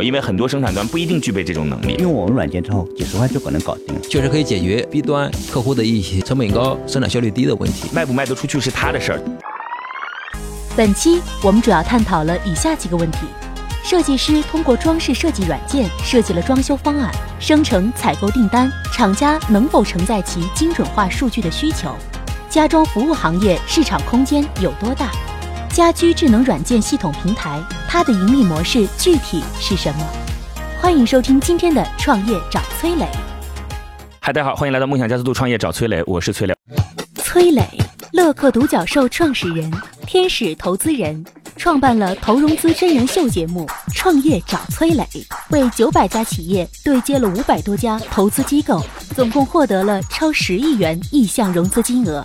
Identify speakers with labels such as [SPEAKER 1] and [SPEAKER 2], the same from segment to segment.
[SPEAKER 1] 因为很多生产端不一定具备这种能力。
[SPEAKER 2] 用我们软件之后，几十万就可能搞定了。
[SPEAKER 3] 确实可以解决 B 端客户的一些成本高、生产效率低的问题。
[SPEAKER 1] 卖不卖得出去是他的事儿。
[SPEAKER 4] 本期我们主要探讨了以下几个问题：设计师通过装饰设计软件设计了装修方案，生成采购订单，厂家能否承载其精准化数据的需求？家装服务行业市场空间有多大？家居智能软件系统平台它的盈利模式具体是什么？欢迎收听今天的《创业找崔磊》。
[SPEAKER 1] 嗨，大家好，欢迎来到梦想加速度创业找崔磊，我是崔磊。
[SPEAKER 4] 崔磊，乐客独角兽创始人、天使投资人，创办了投融资真人秀节目《创业找崔磊》，为九百家企业对接了五百多家投资机构，总共获得了超十亿元意向融资金额。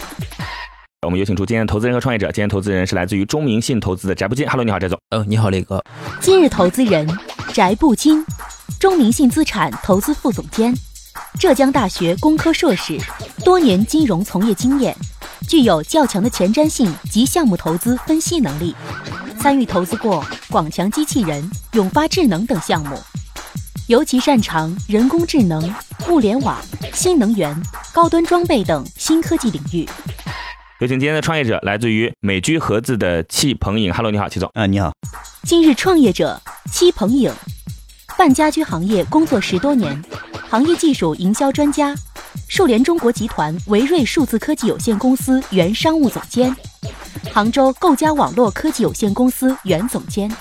[SPEAKER 1] 我们有请出今天的投资人和创业者。今天投资人是来自于中明信投资的翟步金。Hello，你好，翟总。
[SPEAKER 3] 嗯、你好，磊哥。
[SPEAKER 4] 今日投资人翟步金，中民信资产投资副总监，浙江大学工科硕士，多年金融从业经验，具有较强的前瞻性及项目投资分析能力，参与投资过广强机器人、永发智能等项目，尤其擅长人工智能、物联网、新能源、高端装备等新科技领域。
[SPEAKER 1] 有请今天的创业者，来自于美居合资的戚鹏颖。Hello，你好，戚总。
[SPEAKER 2] 啊，你好，
[SPEAKER 4] 今日创业者戚鹏颖，办家居行业工作十多年，行业技术营销专家，数联中国集团维瑞数字科技有限公司原商务总监，杭州构家网络科技有限公司原总监。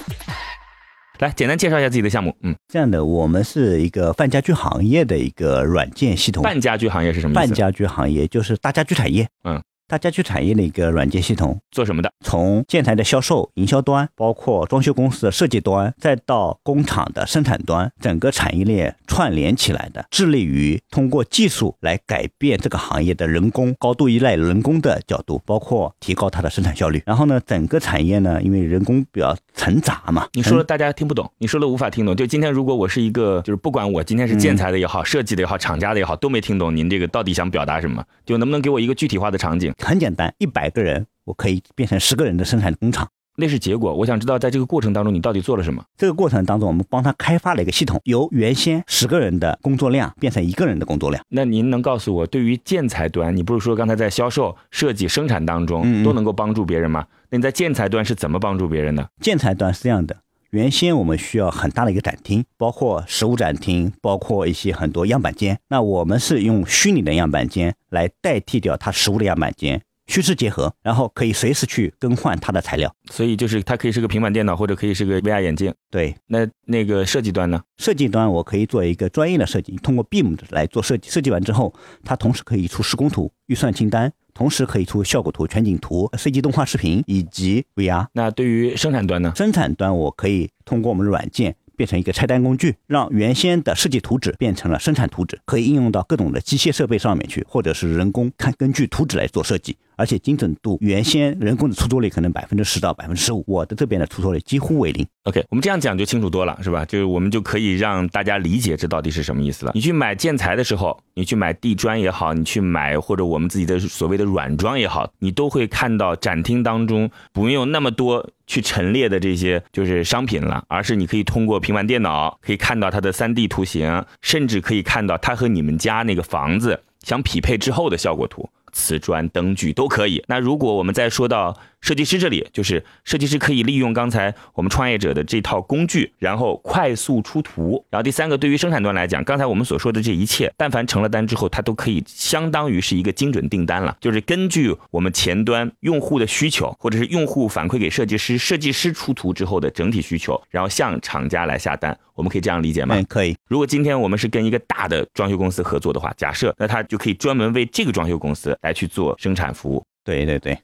[SPEAKER 1] 来，简单介绍一下自己的项目。嗯，
[SPEAKER 2] 这样的，我们是一个泛家居行业的一个软件系统。
[SPEAKER 1] 半家居行业是什么意
[SPEAKER 2] 泛
[SPEAKER 1] 思？
[SPEAKER 2] 家居行业就是大家居产业，
[SPEAKER 1] 嗯，
[SPEAKER 2] 大家居产业的一个软件系统，
[SPEAKER 1] 做什么的？
[SPEAKER 2] 从建材的销售、营销端，包括装修公司的设计端，再到工厂的生产端，整个产业链串联起来的，致力于通过技术来改变这个行业的人工高度依赖人工的角度，包括提高它的生产效率。然后呢，整个产业呢，因为人工比较繁杂嘛，
[SPEAKER 1] 你说的大家听不懂，你说的无法听懂。就今天，如果我是一个，就是不管我今天是建材的也好，设计的也好，厂家的也好，都没听懂您这个到底想表达什么，就能不能给我一个具体化的场景？
[SPEAKER 2] 很简单，一百个人我可以变成十个人的生产工厂。
[SPEAKER 1] 那是结果，我想知道在这个过程当中你到底做了什么。
[SPEAKER 2] 这个过程当中，我们帮他开发了一个系统，由原先十个人的工作量变成一个人的工作量。
[SPEAKER 1] 那您能告诉我，对于建材端，你不是说刚才在销售、设计、生产当中
[SPEAKER 2] 嗯嗯
[SPEAKER 1] 都能够帮助别人吗？那你在建材端是怎么帮助别人的？
[SPEAKER 2] 建材端是这样的。原先我们需要很大的一个展厅，包括实物展厅，包括一些很多样板间。那我们是用虚拟的样板间来代替掉它实物的样板间，虚实结合，然后可以随时去更换它的材料。
[SPEAKER 1] 所以就是它可以是个平板电脑，或者可以是个 VR 眼镜。
[SPEAKER 2] 对，
[SPEAKER 1] 那那个设计端呢？
[SPEAKER 2] 设计端我可以做一个专业的设计，通过 BIM 来做设计。设计完之后，它同时可以出施工图、预算清单，同时可以出效果图、全景图、3D 动画视频以及 VR。
[SPEAKER 1] 那对于生产端呢？
[SPEAKER 2] 生产端我可以通过我们的软件变成一个拆单工具，让原先的设计图纸变成了生产图纸，可以应用到各种的机械设备上面去，或者是人工看根据图纸来做设计，而且精准度原先人工的出错率可能百分之十到百分之十五，我的这边的出错率几乎为零。
[SPEAKER 1] OK，我们这样讲就清楚多了，是吧？就是我们就可以让大家理解这到底是什么意思了。你去买建材的时候，你去买地砖也好，你去买或者我们自己的所谓的软装也好，你都会看到展厅当中不用那么多去陈列的这些就是商品了，而是你可以通过平板电脑可以看到它的 3D 图形，甚至可以看到它和你们家那个房子相匹配之后的效果图。瓷砖、灯具都可以。那如果我们再说到设计师这里，就是设计师可以利用刚才我们创业者的这套工具，然后快速出图。然后第三个，对于生产端来讲，刚才我们所说的这一切，但凡成了单之后，它都可以相当于是一个精准订单了，就是根据我们前端用户的需求，或者是用户反馈给设计师，设计师出图之后的整体需求，然后向厂家来下单。我们可以这样理解吗？
[SPEAKER 2] 嗯，可以。
[SPEAKER 1] 如果今天我们是跟一个大的装修公司合作的话，假设那他就可以专门为这个装修公司来去做生产服务。
[SPEAKER 2] 对对对，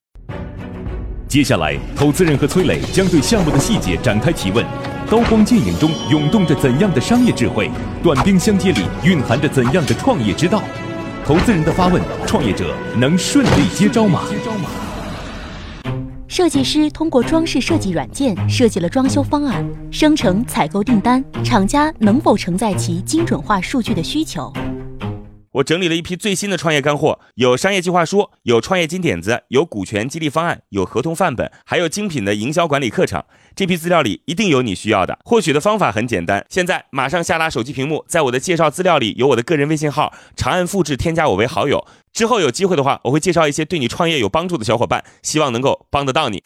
[SPEAKER 5] 接下来，投资人和崔磊将对项目的细节展开提问。刀光剑影中涌动着怎样的商业智慧？短兵相接里蕴含着怎样的创业之道？投资人的发问，创业者能顺利接招吗？
[SPEAKER 4] 设计师通过装饰设计软件设计了装修方案，生成采购订单，厂家能否承载其精准化数据的需求？
[SPEAKER 6] 我整理了一批最新的创业干货，有商业计划书，有创业金点子，有股权激励方案，有合同范本，还有精品的营销管理课程。这批资料里一定有你需要的。获取的方法很简单，现在马上下拉手机屏幕，在我的介绍资料里有我的个人微信号，长按复制添加我为好友。之后有机会的话，我会介绍一些对你创业有帮助的小伙伴，希望能够帮得到你。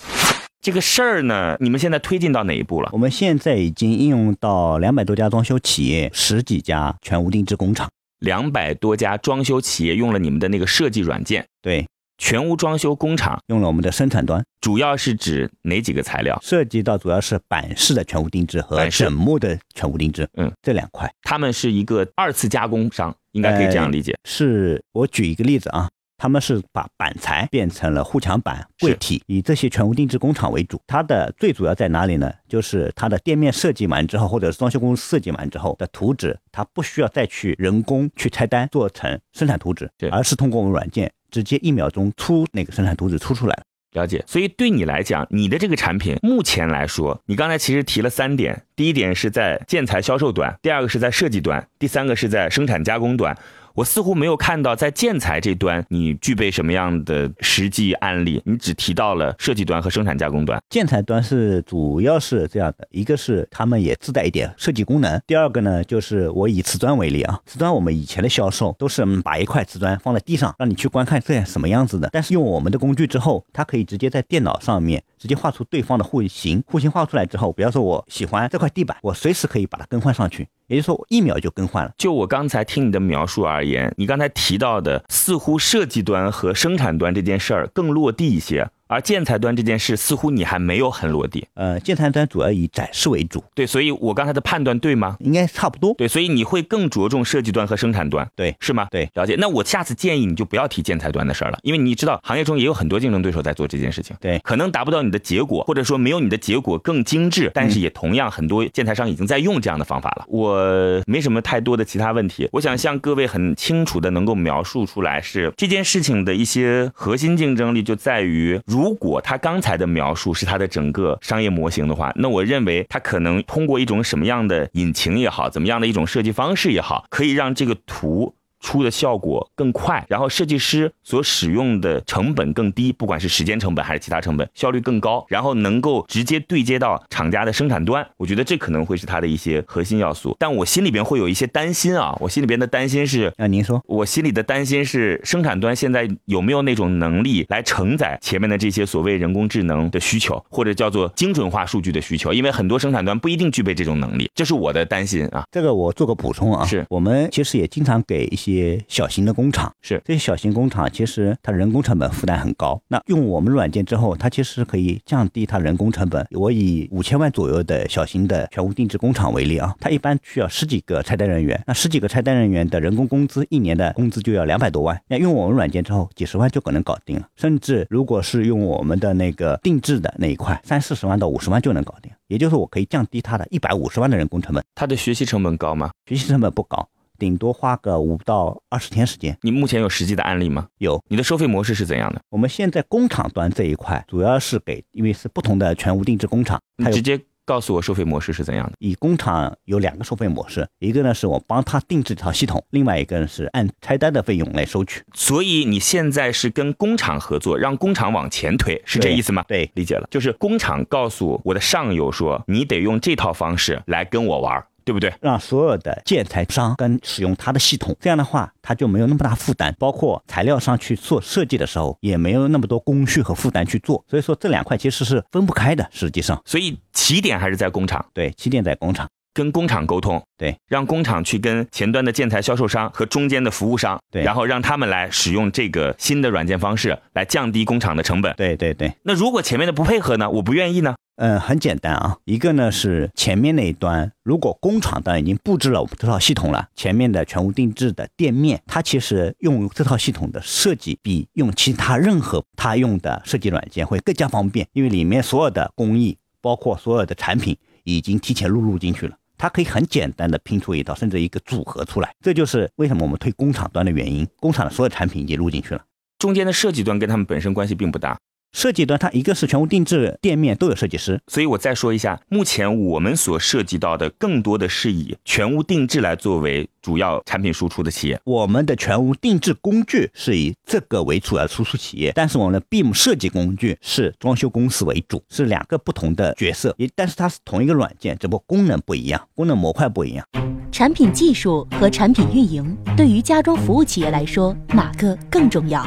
[SPEAKER 1] 这个事儿呢，你们现在推进到哪一步了？
[SPEAKER 2] 我们现在已经应用到两百多家装修企业，十几家全无定制工厂。
[SPEAKER 1] 两百多家装修企业用了你们的那个设计软件，
[SPEAKER 2] 对，
[SPEAKER 1] 全屋装修工厂
[SPEAKER 2] 用了我们的生产端，
[SPEAKER 1] 主要是指哪几个材料？
[SPEAKER 2] 涉及到主要是板式的全屋定制和
[SPEAKER 1] 板式
[SPEAKER 2] 枕木的全屋定制，
[SPEAKER 1] 嗯，
[SPEAKER 2] 这两块。
[SPEAKER 1] 他们是一个二次加工商，应该可以这样理
[SPEAKER 2] 哎
[SPEAKER 1] 解。
[SPEAKER 2] 是我举一个例子啊，他们是把板材变成了护墙板、
[SPEAKER 1] 是
[SPEAKER 2] 柜体，以这些全屋定制工厂为主。它的最主要在哪里呢？就是它的店面设计完之后，或者是装修公司设计完之后的图纸，它不需要再去人工去拆单做成生产图纸
[SPEAKER 1] 对，
[SPEAKER 2] 而是通过我们软件直接一秒钟出那个生产图纸出出来了。
[SPEAKER 1] 了解。所以对你来讲，你的这个产品目前来说，你刚才其实提了三点，第一点是在建材销售端，第二个是在设计端，第三个是在生产加工端。我似乎没有看到在建材这端你具备什么样的实际案例，你只提到了设计端和生产加工端。
[SPEAKER 2] 建材端是主要是这样的，一个是他们也自带一点设计功能，第二个呢就是我以瓷砖为例啊，瓷砖我们以前的销售都是嗯把一块瓷砖放在地上，让你去观看这样什么样子的，但是用我们的工具之后，它可以直接在电脑上面直接画出对方的户型，户型画出来之后，比方说我喜欢这块地板，我随时可以把它更换上去，也就是说我一秒就更换了。
[SPEAKER 1] 就我刚才听你的描述而言，你刚才提到的似乎设计端和生产端这件事儿更落地一些，而建材端这件事似乎你还没有很落地。
[SPEAKER 2] 呃，建材端主要以展示为主，
[SPEAKER 1] 对，所以我刚才的判断对吗？
[SPEAKER 2] 应该差不多。
[SPEAKER 1] 对，所以你会更着重设计端和生产端，
[SPEAKER 2] 对
[SPEAKER 1] 是吗？
[SPEAKER 2] 对，
[SPEAKER 1] 了解。那我下次建议你就不要提建材端的事儿了，因为你知道行业中也有很多竞争对手在做这件事情，
[SPEAKER 2] 对
[SPEAKER 1] 可能达不到你的结果，或者说没有你的结果更精致，但是也同样很多建材商已经在用这样的方法了。我没什么太多的其他问题，我想向各位很清楚的能够描述出来是这件事情的一些核心竞争力就在于，如果他刚才的描述是他的整个商业模型的话，那我认为他可能通过一种什么样的引擎也好，怎么样的一种设计方式也好，可以让这个图。出的效果更快，然后设计师所使用的成本更低，不管是时间成本还是其他成本，效率更高，然后能够直接对接到厂家的生产端，我觉得这可能会是它的一些核心要素。但我心里边会有一些担心啊，我心里边的担心是，
[SPEAKER 2] 那、您说，
[SPEAKER 1] 我心里的担心是，生产端现在有没有那种能力来承载前面的这些所谓人工智能的需求，或者叫做精准化数据的需求？因为很多生产端不一定具备这种能力，这是我的担心啊。
[SPEAKER 2] 这个我做个补充啊，
[SPEAKER 1] 是
[SPEAKER 2] 我们其实也经常给一些小型的工厂，
[SPEAKER 1] 是
[SPEAKER 2] 这些小型工厂其实它人工成本负担很高。那用我们软件之后，它其实可以降低它人工成本。我以五千万左右的小型的全屋定制工厂为例啊，它一般需要十几个拆单人员，那十几个拆单人员的人工工资一年的工资就要两百多万。那用我们软件之后，几十万就可能搞定了。甚至如果是用我们的那个定制的那一块，三四十万到五十万就能搞定。也就是我可以降低它的一百五十万的人工成本。
[SPEAKER 1] 它的学习成本高吗？
[SPEAKER 2] 学习成本不高，顶多花个五到二十天时间。
[SPEAKER 1] 你目前有实际的案例吗？
[SPEAKER 2] 有
[SPEAKER 1] 你的收费模式是怎样的？
[SPEAKER 2] 我们现在工厂端这一块，主要是给，因为是不同的全屋定制工厂，它
[SPEAKER 1] 你
[SPEAKER 2] 有
[SPEAKER 1] 直接告诉我收费模式是怎样的。
[SPEAKER 2] 以工厂有两个收费模式，一个呢是我帮他定制这套系统，另外一个呢是按拆单的费用来收取。
[SPEAKER 1] 所以你现在是跟工厂合作，让工厂往前推，是这
[SPEAKER 2] 对
[SPEAKER 1] 意思吗？
[SPEAKER 2] 对
[SPEAKER 1] 理解了，就是工厂告诉我的上游说，你得用这套方式来跟我玩儿，对不对？
[SPEAKER 2] 让所有的建材商跟使用它的系统，这样的话它就没有那么大负担，包括材料商去做设计的时候也没有那么多工序和负担去做，所以说这两块其实是分不开的。实际上，
[SPEAKER 1] 所以起点还是在工厂，
[SPEAKER 2] 对，起点在工厂，
[SPEAKER 1] 跟工厂沟通，
[SPEAKER 2] 对，
[SPEAKER 1] 让工厂去跟前端的建材销售商和中间的服务商，
[SPEAKER 2] 对
[SPEAKER 1] 然后让他们来使用这个新的软件方式来降低工厂的成本。
[SPEAKER 2] 对对对。
[SPEAKER 1] 那如果前面的不配合呢？我不愿意呢？
[SPEAKER 2] 嗯，很简单啊，一个呢是前面那一端，如果工厂端已经布置了我们这套系统了，前面的全屋定制的店面，它其实用这套系统的设计比用其他任何它用的设计软件会更加方便，因为里面所有的工艺，包括所有的产品，已经提前录入进去了。它可以很简单的拼出一道甚至一个组合出来。这就是为什么我们推工厂端的原因，工厂的所有产品已经录进去了。
[SPEAKER 1] 中间的设计端跟他们本身关系并不大。
[SPEAKER 2] 设计端它一个是全屋定制，店面都有设计师，
[SPEAKER 1] 所以我再说一下，目前我们所涉及到的更多的是以全屋定制来作为主要产品输出的企业。
[SPEAKER 2] 我们的全屋定制工具是以这个为主要输出企业，但是我们的 BIM 设计工具是装修公司为主，是两个不同的角色，也但是它是同一个软件，只不过功能不一样，功能模块不一样。
[SPEAKER 4] 产品技术和产品运营对于家装服务企业来说，哪个更重要？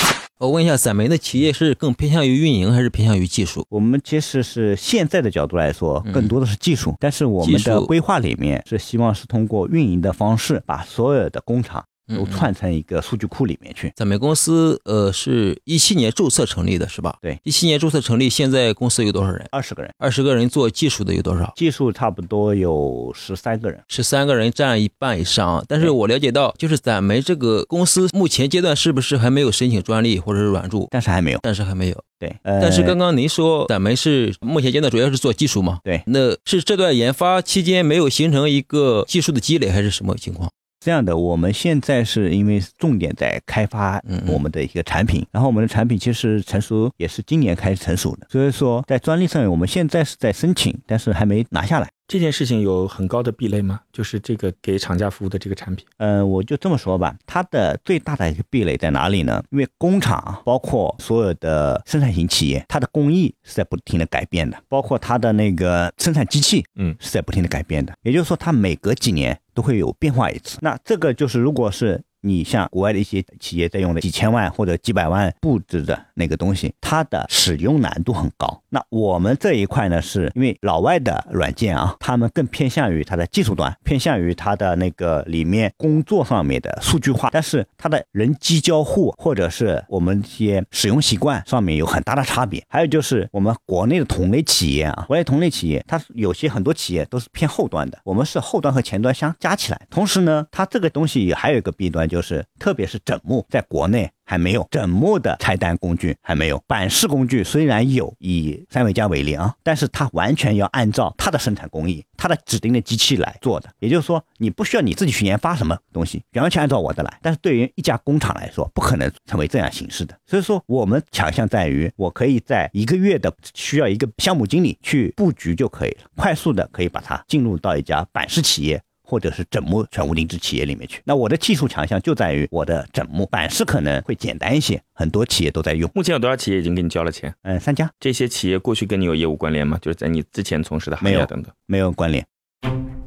[SPEAKER 3] 我问一下，散媒的企业是更偏向于运营还是偏向于技术？
[SPEAKER 2] 我们其实是现在的角度来说，
[SPEAKER 3] 嗯
[SPEAKER 2] 更多的是技术，但是我们
[SPEAKER 3] 技
[SPEAKER 2] 的
[SPEAKER 3] 术
[SPEAKER 2] 规划里面是希望是通过运营的方式，把所有的工厂都
[SPEAKER 3] 嗯嗯
[SPEAKER 2] 串成一个数据库里面去。
[SPEAKER 3] 咱们公司呃是一七年注册成立的，是吧？
[SPEAKER 2] 对
[SPEAKER 3] 一七年注册成立，现在公司有多少人？
[SPEAKER 2] 二十个人，
[SPEAKER 3] 二十个人做技术的有多少？
[SPEAKER 2] 技术差不多有十三个人。
[SPEAKER 3] 十三个人占一半以上啊。但是我了解到，就是咱们这个公司目前阶段是不是还没有申请专利或者是软著？
[SPEAKER 2] 但是还没有，
[SPEAKER 3] 但是还没有。
[SPEAKER 2] 对，
[SPEAKER 3] 但是
[SPEAKER 2] 呃
[SPEAKER 3] 刚刚您说咱们是目前阶段主要是做技术嘛？
[SPEAKER 2] 对
[SPEAKER 3] 那是这段研发期间没有形成一个技术的积累，还是什么情况？
[SPEAKER 2] 这样的，我们现在是因为重点在开发
[SPEAKER 3] 嗯嗯
[SPEAKER 2] 我们的一个产品，然后我们的产品其实成熟也是今年开始成熟的，所以说在专利上面我们现在是在申请，但是还没拿下来。
[SPEAKER 7] 这件事情有很高的壁垒吗？就是这个给厂家服务的这个产品，
[SPEAKER 2] 呃，我就这么说吧，它的最大的一个壁垒在哪里呢？因为工厂包括所有的生产型企业，它的工艺是在不停的改变的，包括它的那个生产机器，
[SPEAKER 5] 嗯，
[SPEAKER 2] 是在不停的改变的。也就是说，它每隔几年都会有变化一次。那这个就是，如果是你像国外的一些企业在用的几千万或者几百万布置的那个东西，它的使用难度很高。那我们这一块呢，是因为老外的软件啊，他们更偏向于它的技术端，偏向于它的那个里面工作上面的数据化，但是它的人机交互或者是我们一些使用习惯上面有很大的差别。还有就是我们国内的同类企业啊，国内同类企业，它是有些很多企业都是偏后端的，我们是后端和前端相加起来。同时呢，它这个东西也还有一个弊端，就是特别是枕木，在国内还没有枕木的拆单工具，还没有板式工具虽然有，以三维家为例啊，但是它完全要按照它的生产工艺、它的指定的机器来做的。也就是说，你不需要你自己去研发什么东西，完全按照我的来。但是对于一家工厂来说，不可能成为这样形式的。所以说，我们强项在于我可以在一个月的需要一个项目经理去布局就可以了，快速的可以把它进入到一家板式企业或者是枕木全屋定制企业里面去。那我的技术强项就在于我的枕木板式可能会简单一些，很多企业都在用。
[SPEAKER 1] 目前有多少企业已经给你交了钱？
[SPEAKER 2] 嗯，三家
[SPEAKER 1] 这些企业过去跟你有业务关联吗？就是在你之前从事的行
[SPEAKER 2] 没
[SPEAKER 1] 业
[SPEAKER 2] 有
[SPEAKER 1] 等等。
[SPEAKER 2] 没有关联。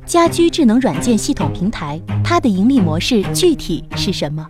[SPEAKER 4] 家居智能软件系统平台，它的盈利模式具体是什么？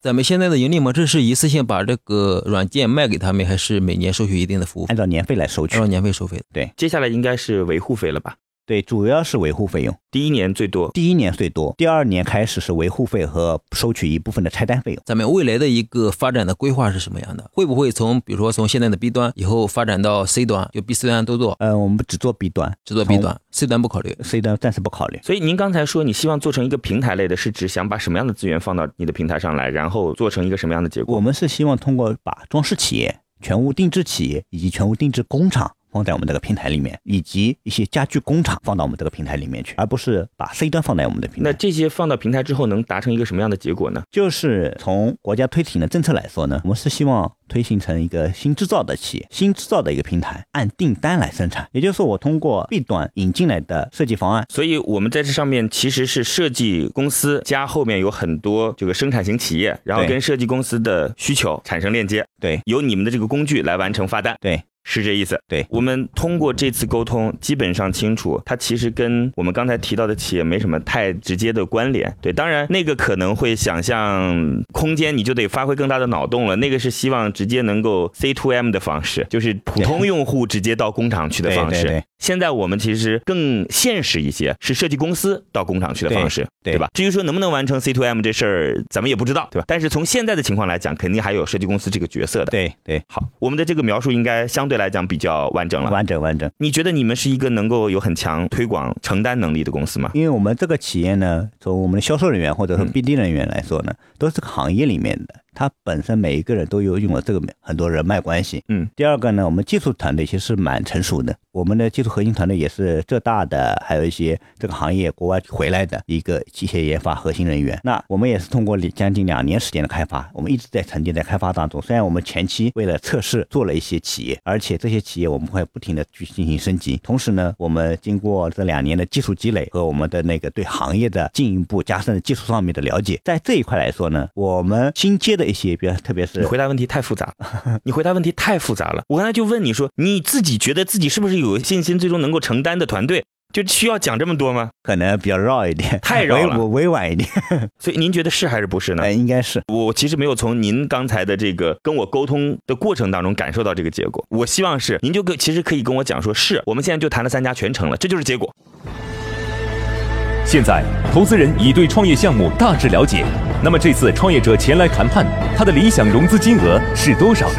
[SPEAKER 3] 咱们现在的盈利模式是一次性把这个软件卖给他们，还是每年收取一定的服务费
[SPEAKER 2] 按，照年费来收取
[SPEAKER 3] 按照，年费收费的？
[SPEAKER 1] 接下来应该是维护费了吧？
[SPEAKER 2] 对，主要是维护费用。
[SPEAKER 1] 第一年最多
[SPEAKER 2] 第一年最多，第二年开始是维护费和收取一部分的拆单费用。
[SPEAKER 3] 咱们未来的一个发展的规划是什么样的？会不会从比如说从现在的 B 端以后发展到 C 端，就 B、C 端都做，
[SPEAKER 2] 呃，我们只做 B 端，
[SPEAKER 3] 只做 B 端，C 端不考虑？
[SPEAKER 2] ，C 端暂时不考虑。
[SPEAKER 1] 所以您刚才说你希望做成一个平台类的，是指想把什么样的资源放到你的平台上来，然后做成一个什么样的结果？
[SPEAKER 2] 我们是希望通过把装饰企业、全屋定制企业以及全屋定制工厂放在我们这个平台里面，以及一些家具工厂放到我们这个平台里面去，而不是把 C 端放在我们的平
[SPEAKER 1] 那
[SPEAKER 2] 台。
[SPEAKER 1] 这些放到平台之后能达成一个什么样的结果呢？
[SPEAKER 2] 就是从国家推行的政策来说呢，我们是希望推行成一个新制造的企业、新制造的一个平台，按订单来生产。也就是说，我通过 B 端引进来的设计方案，
[SPEAKER 1] 所以我们在这上面其实是设计公司加后面有很多这个生产型企业，然后
[SPEAKER 2] 对
[SPEAKER 1] 跟设计公司的需求产生链接，
[SPEAKER 2] 对
[SPEAKER 1] 由你们的这个工具来完成发单，
[SPEAKER 2] 对，
[SPEAKER 1] 是这意思。
[SPEAKER 2] 对
[SPEAKER 1] 我们通过这次沟通，基本上清楚，它其实跟我们刚才提到的企业没什么太直接的关联。对，当然那个可能会想象空间，你就得发挥更大的脑洞了。那个是希望直接能够 C to M 的方式，就是普通用户直接到工厂去的
[SPEAKER 2] 对
[SPEAKER 1] 方
[SPEAKER 2] 对
[SPEAKER 1] 式。
[SPEAKER 2] 对
[SPEAKER 1] 现在我们其实更现实一些，是设计公司到工厂去的方式，
[SPEAKER 2] 对对
[SPEAKER 1] 吧？至于说能不能完成 C to M 这事儿，咱们也不知道，对吧？但是从现在的情况来讲，肯定还有设计公司这个角色的。
[SPEAKER 2] 对对，
[SPEAKER 1] 好，我们的这个描述应该相对来讲比较完整了。
[SPEAKER 2] 完整完整。
[SPEAKER 1] 你觉得你们是一个能够有很强推广承担能力的公司吗？
[SPEAKER 2] 因为我们这个企业呢，从我们的销售人员或者说
[SPEAKER 1] 嗯
[SPEAKER 2] BD 人员来说呢，都是这个行业里面的，他本身每一个人都有拥有这个很多人脉关系。
[SPEAKER 1] 嗯，
[SPEAKER 2] 第二个呢，我们技术团队其实蛮成熟的，我们的技术核心团队也是浙大的，还有一些这个行业国外回来的一个机械研发核心人员。那我们也是通过两将近两年时间的开发，我们一直在沉浸在开发当中。虽然我们前期为了测试做了一些企业，而且这些企业我们会不停的去进行升级。同时呢，我们经过这两年的技术积累和我们的那个对行业的进一步加深的技术上面的了解，在这一块来说呢，我们新接的一些，比如特别
[SPEAKER 1] 你
[SPEAKER 2] 是
[SPEAKER 1] 回答问题太复杂 了，你回答问题太复杂了。我刚才就问你说，你自己觉得自己是不是有信心最终能够承担的团队？就需要讲这么多吗？
[SPEAKER 2] 可能比较绕一点，
[SPEAKER 1] 太绕了嗯
[SPEAKER 2] 委 委婉一点，
[SPEAKER 1] 所以您觉得是还是不是呢？
[SPEAKER 2] 呃， 应该是
[SPEAKER 1] 我其实没有从您刚才的这个跟我沟通的过程当中感受到这个结果。我希望是您就跟其实可以跟我讲说，是我们现在就谈了三家全成了，这就是结果。
[SPEAKER 5] 现在，投资人已对创业项目大致了解。那么这次创业者前来谈判，他的理想融资金额是多少呢？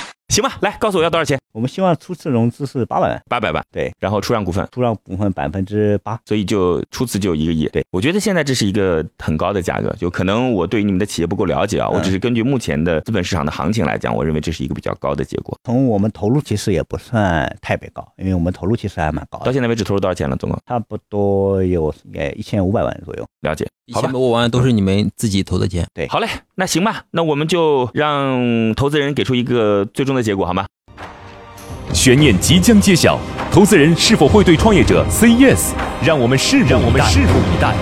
[SPEAKER 1] 行吧，来告诉我要多少钱？
[SPEAKER 2] 我们希望初次融资是八百万，
[SPEAKER 1] 八百万。
[SPEAKER 2] 对，
[SPEAKER 1] 然后出让股份。
[SPEAKER 2] 出让股份百分之八。
[SPEAKER 1] 所以就初次就一个亿。
[SPEAKER 2] 对，
[SPEAKER 1] 我觉得现在这是一个很高的价格，就可能我对你们的企业不够了解
[SPEAKER 2] 嗯
[SPEAKER 1] 啊，我只是根据目前的资本市场的行情来讲，我认为这是一个比较高的结果。
[SPEAKER 2] 从我们投入其实也不算太别高，因为我们投入其实还蛮高
[SPEAKER 1] 到
[SPEAKER 2] 的，
[SPEAKER 1] 现在为止投入多少钱了？总共
[SPEAKER 2] 差不多有也一千五百万左右。
[SPEAKER 1] 了解？
[SPEAKER 3] 以
[SPEAKER 1] 好吧哎
[SPEAKER 3] 前，我玩都是你们自己投的钱。
[SPEAKER 1] 好嘞，那行吧，那我们就让投资人给出一个最终的结果好吗？
[SPEAKER 5] 悬念即将揭晓，投资人是否会对创业者 say yes？让我们拭让我们拭目以待。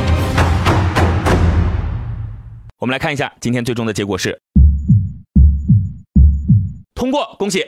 [SPEAKER 1] 我们来看一下今天最终的结果是通过，恭喜！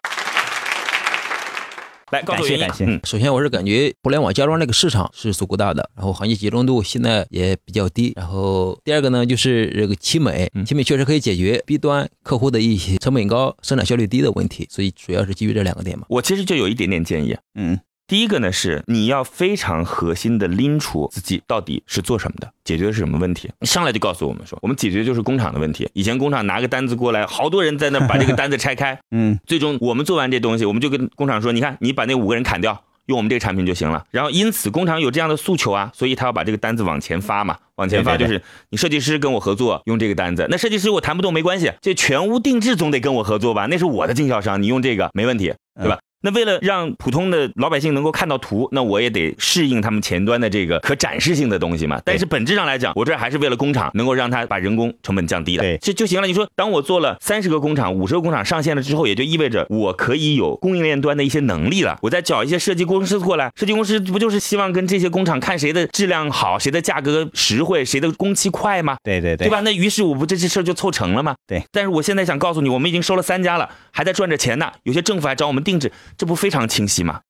[SPEAKER 1] 来告诉我原因。
[SPEAKER 2] 感谢感谢
[SPEAKER 1] 嗯，
[SPEAKER 3] 首先，我是感觉互联网家装那个市场是足够大的，然后行业集中度现在也比较低。然后第二个呢，就是这个期美
[SPEAKER 1] 嗯，
[SPEAKER 3] 期美确实可以解决 B 端客户的一些成本高、生产效率低的问题，所以主要是基于这两个点嘛。
[SPEAKER 1] 我其实就有一点点建议，啊
[SPEAKER 2] 嗯，
[SPEAKER 1] 第一个呢是你要非常核心的拎出自己到底是做什么的，解决的是什么问题。上来就告诉我们说，我们解决就是工厂的问题。以前工厂拿个单子过来，好多人在那把这个单子拆 开，
[SPEAKER 2] 嗯，
[SPEAKER 1] 最终我们做完这东西，我们就跟工厂说，你看你把那五个人砍掉。用我们这个产品就行了，然后因此工厂有这样的诉求啊，所以他要把这个单子往前发嘛，往前发
[SPEAKER 2] 对
[SPEAKER 1] 就
[SPEAKER 2] 对
[SPEAKER 1] 是你设计师跟我合作用这个单子，那设计师我谈不动没关系，这全屋定制总得跟我合作吧，那是我的经销商，你用这个没问题，对吧？那为了让普通的老百姓能够看到图，那我也得适应他们前端的这个可展示性的东西嘛。但是本质上来讲，我这还是为了工厂能够让它把人工成本降低的
[SPEAKER 2] 对，
[SPEAKER 1] 这就行了。你说，当我做了三十个工厂、五十个工厂上线了之后，也就意味着我可以有供应链端的一些能力了。我再找一些设计公司过来，设计公司不就是希望跟这些工厂看谁的质量好、谁的价格实惠、谁的工期快吗？
[SPEAKER 2] 对对对，
[SPEAKER 1] 对吧？那于是我不这这事儿就凑成了吗？
[SPEAKER 2] 对。
[SPEAKER 1] 但是我现在想告诉你，我们已经收了三家了，还在赚着钱呢。有些政府还找我们定制，这不非常清晰吗？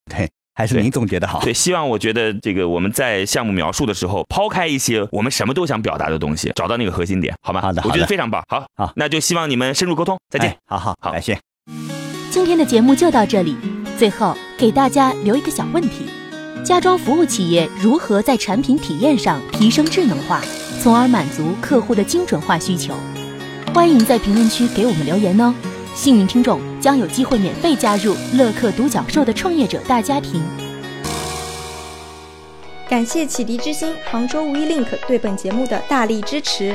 [SPEAKER 2] 还是
[SPEAKER 1] 对
[SPEAKER 2] 您总结的好。
[SPEAKER 1] 对，希望我觉得这个我们在项目描述的时候，抛开一些我们什么都想表达的东西，找到那个核心点，好吗？
[SPEAKER 2] 好的
[SPEAKER 1] 我觉
[SPEAKER 2] 好
[SPEAKER 1] 得
[SPEAKER 2] 的
[SPEAKER 1] 非常棒。好，
[SPEAKER 2] 好
[SPEAKER 1] 那就希望你们深入沟通，再见。
[SPEAKER 2] 哎好好
[SPEAKER 1] 好
[SPEAKER 2] 感谢。
[SPEAKER 4] 今天的节目就到这里。最后给大家留一个小问题：家装服务企业如何在产品体验上提升智能化，从而满足客户的精准化需求？欢迎在评论区给我们留言哦。幸运听众将有机会免费加入乐客独角兽的创业者大家庭。
[SPEAKER 8] 感谢启迪之星、杭州无一 link 对本节目的大力支持。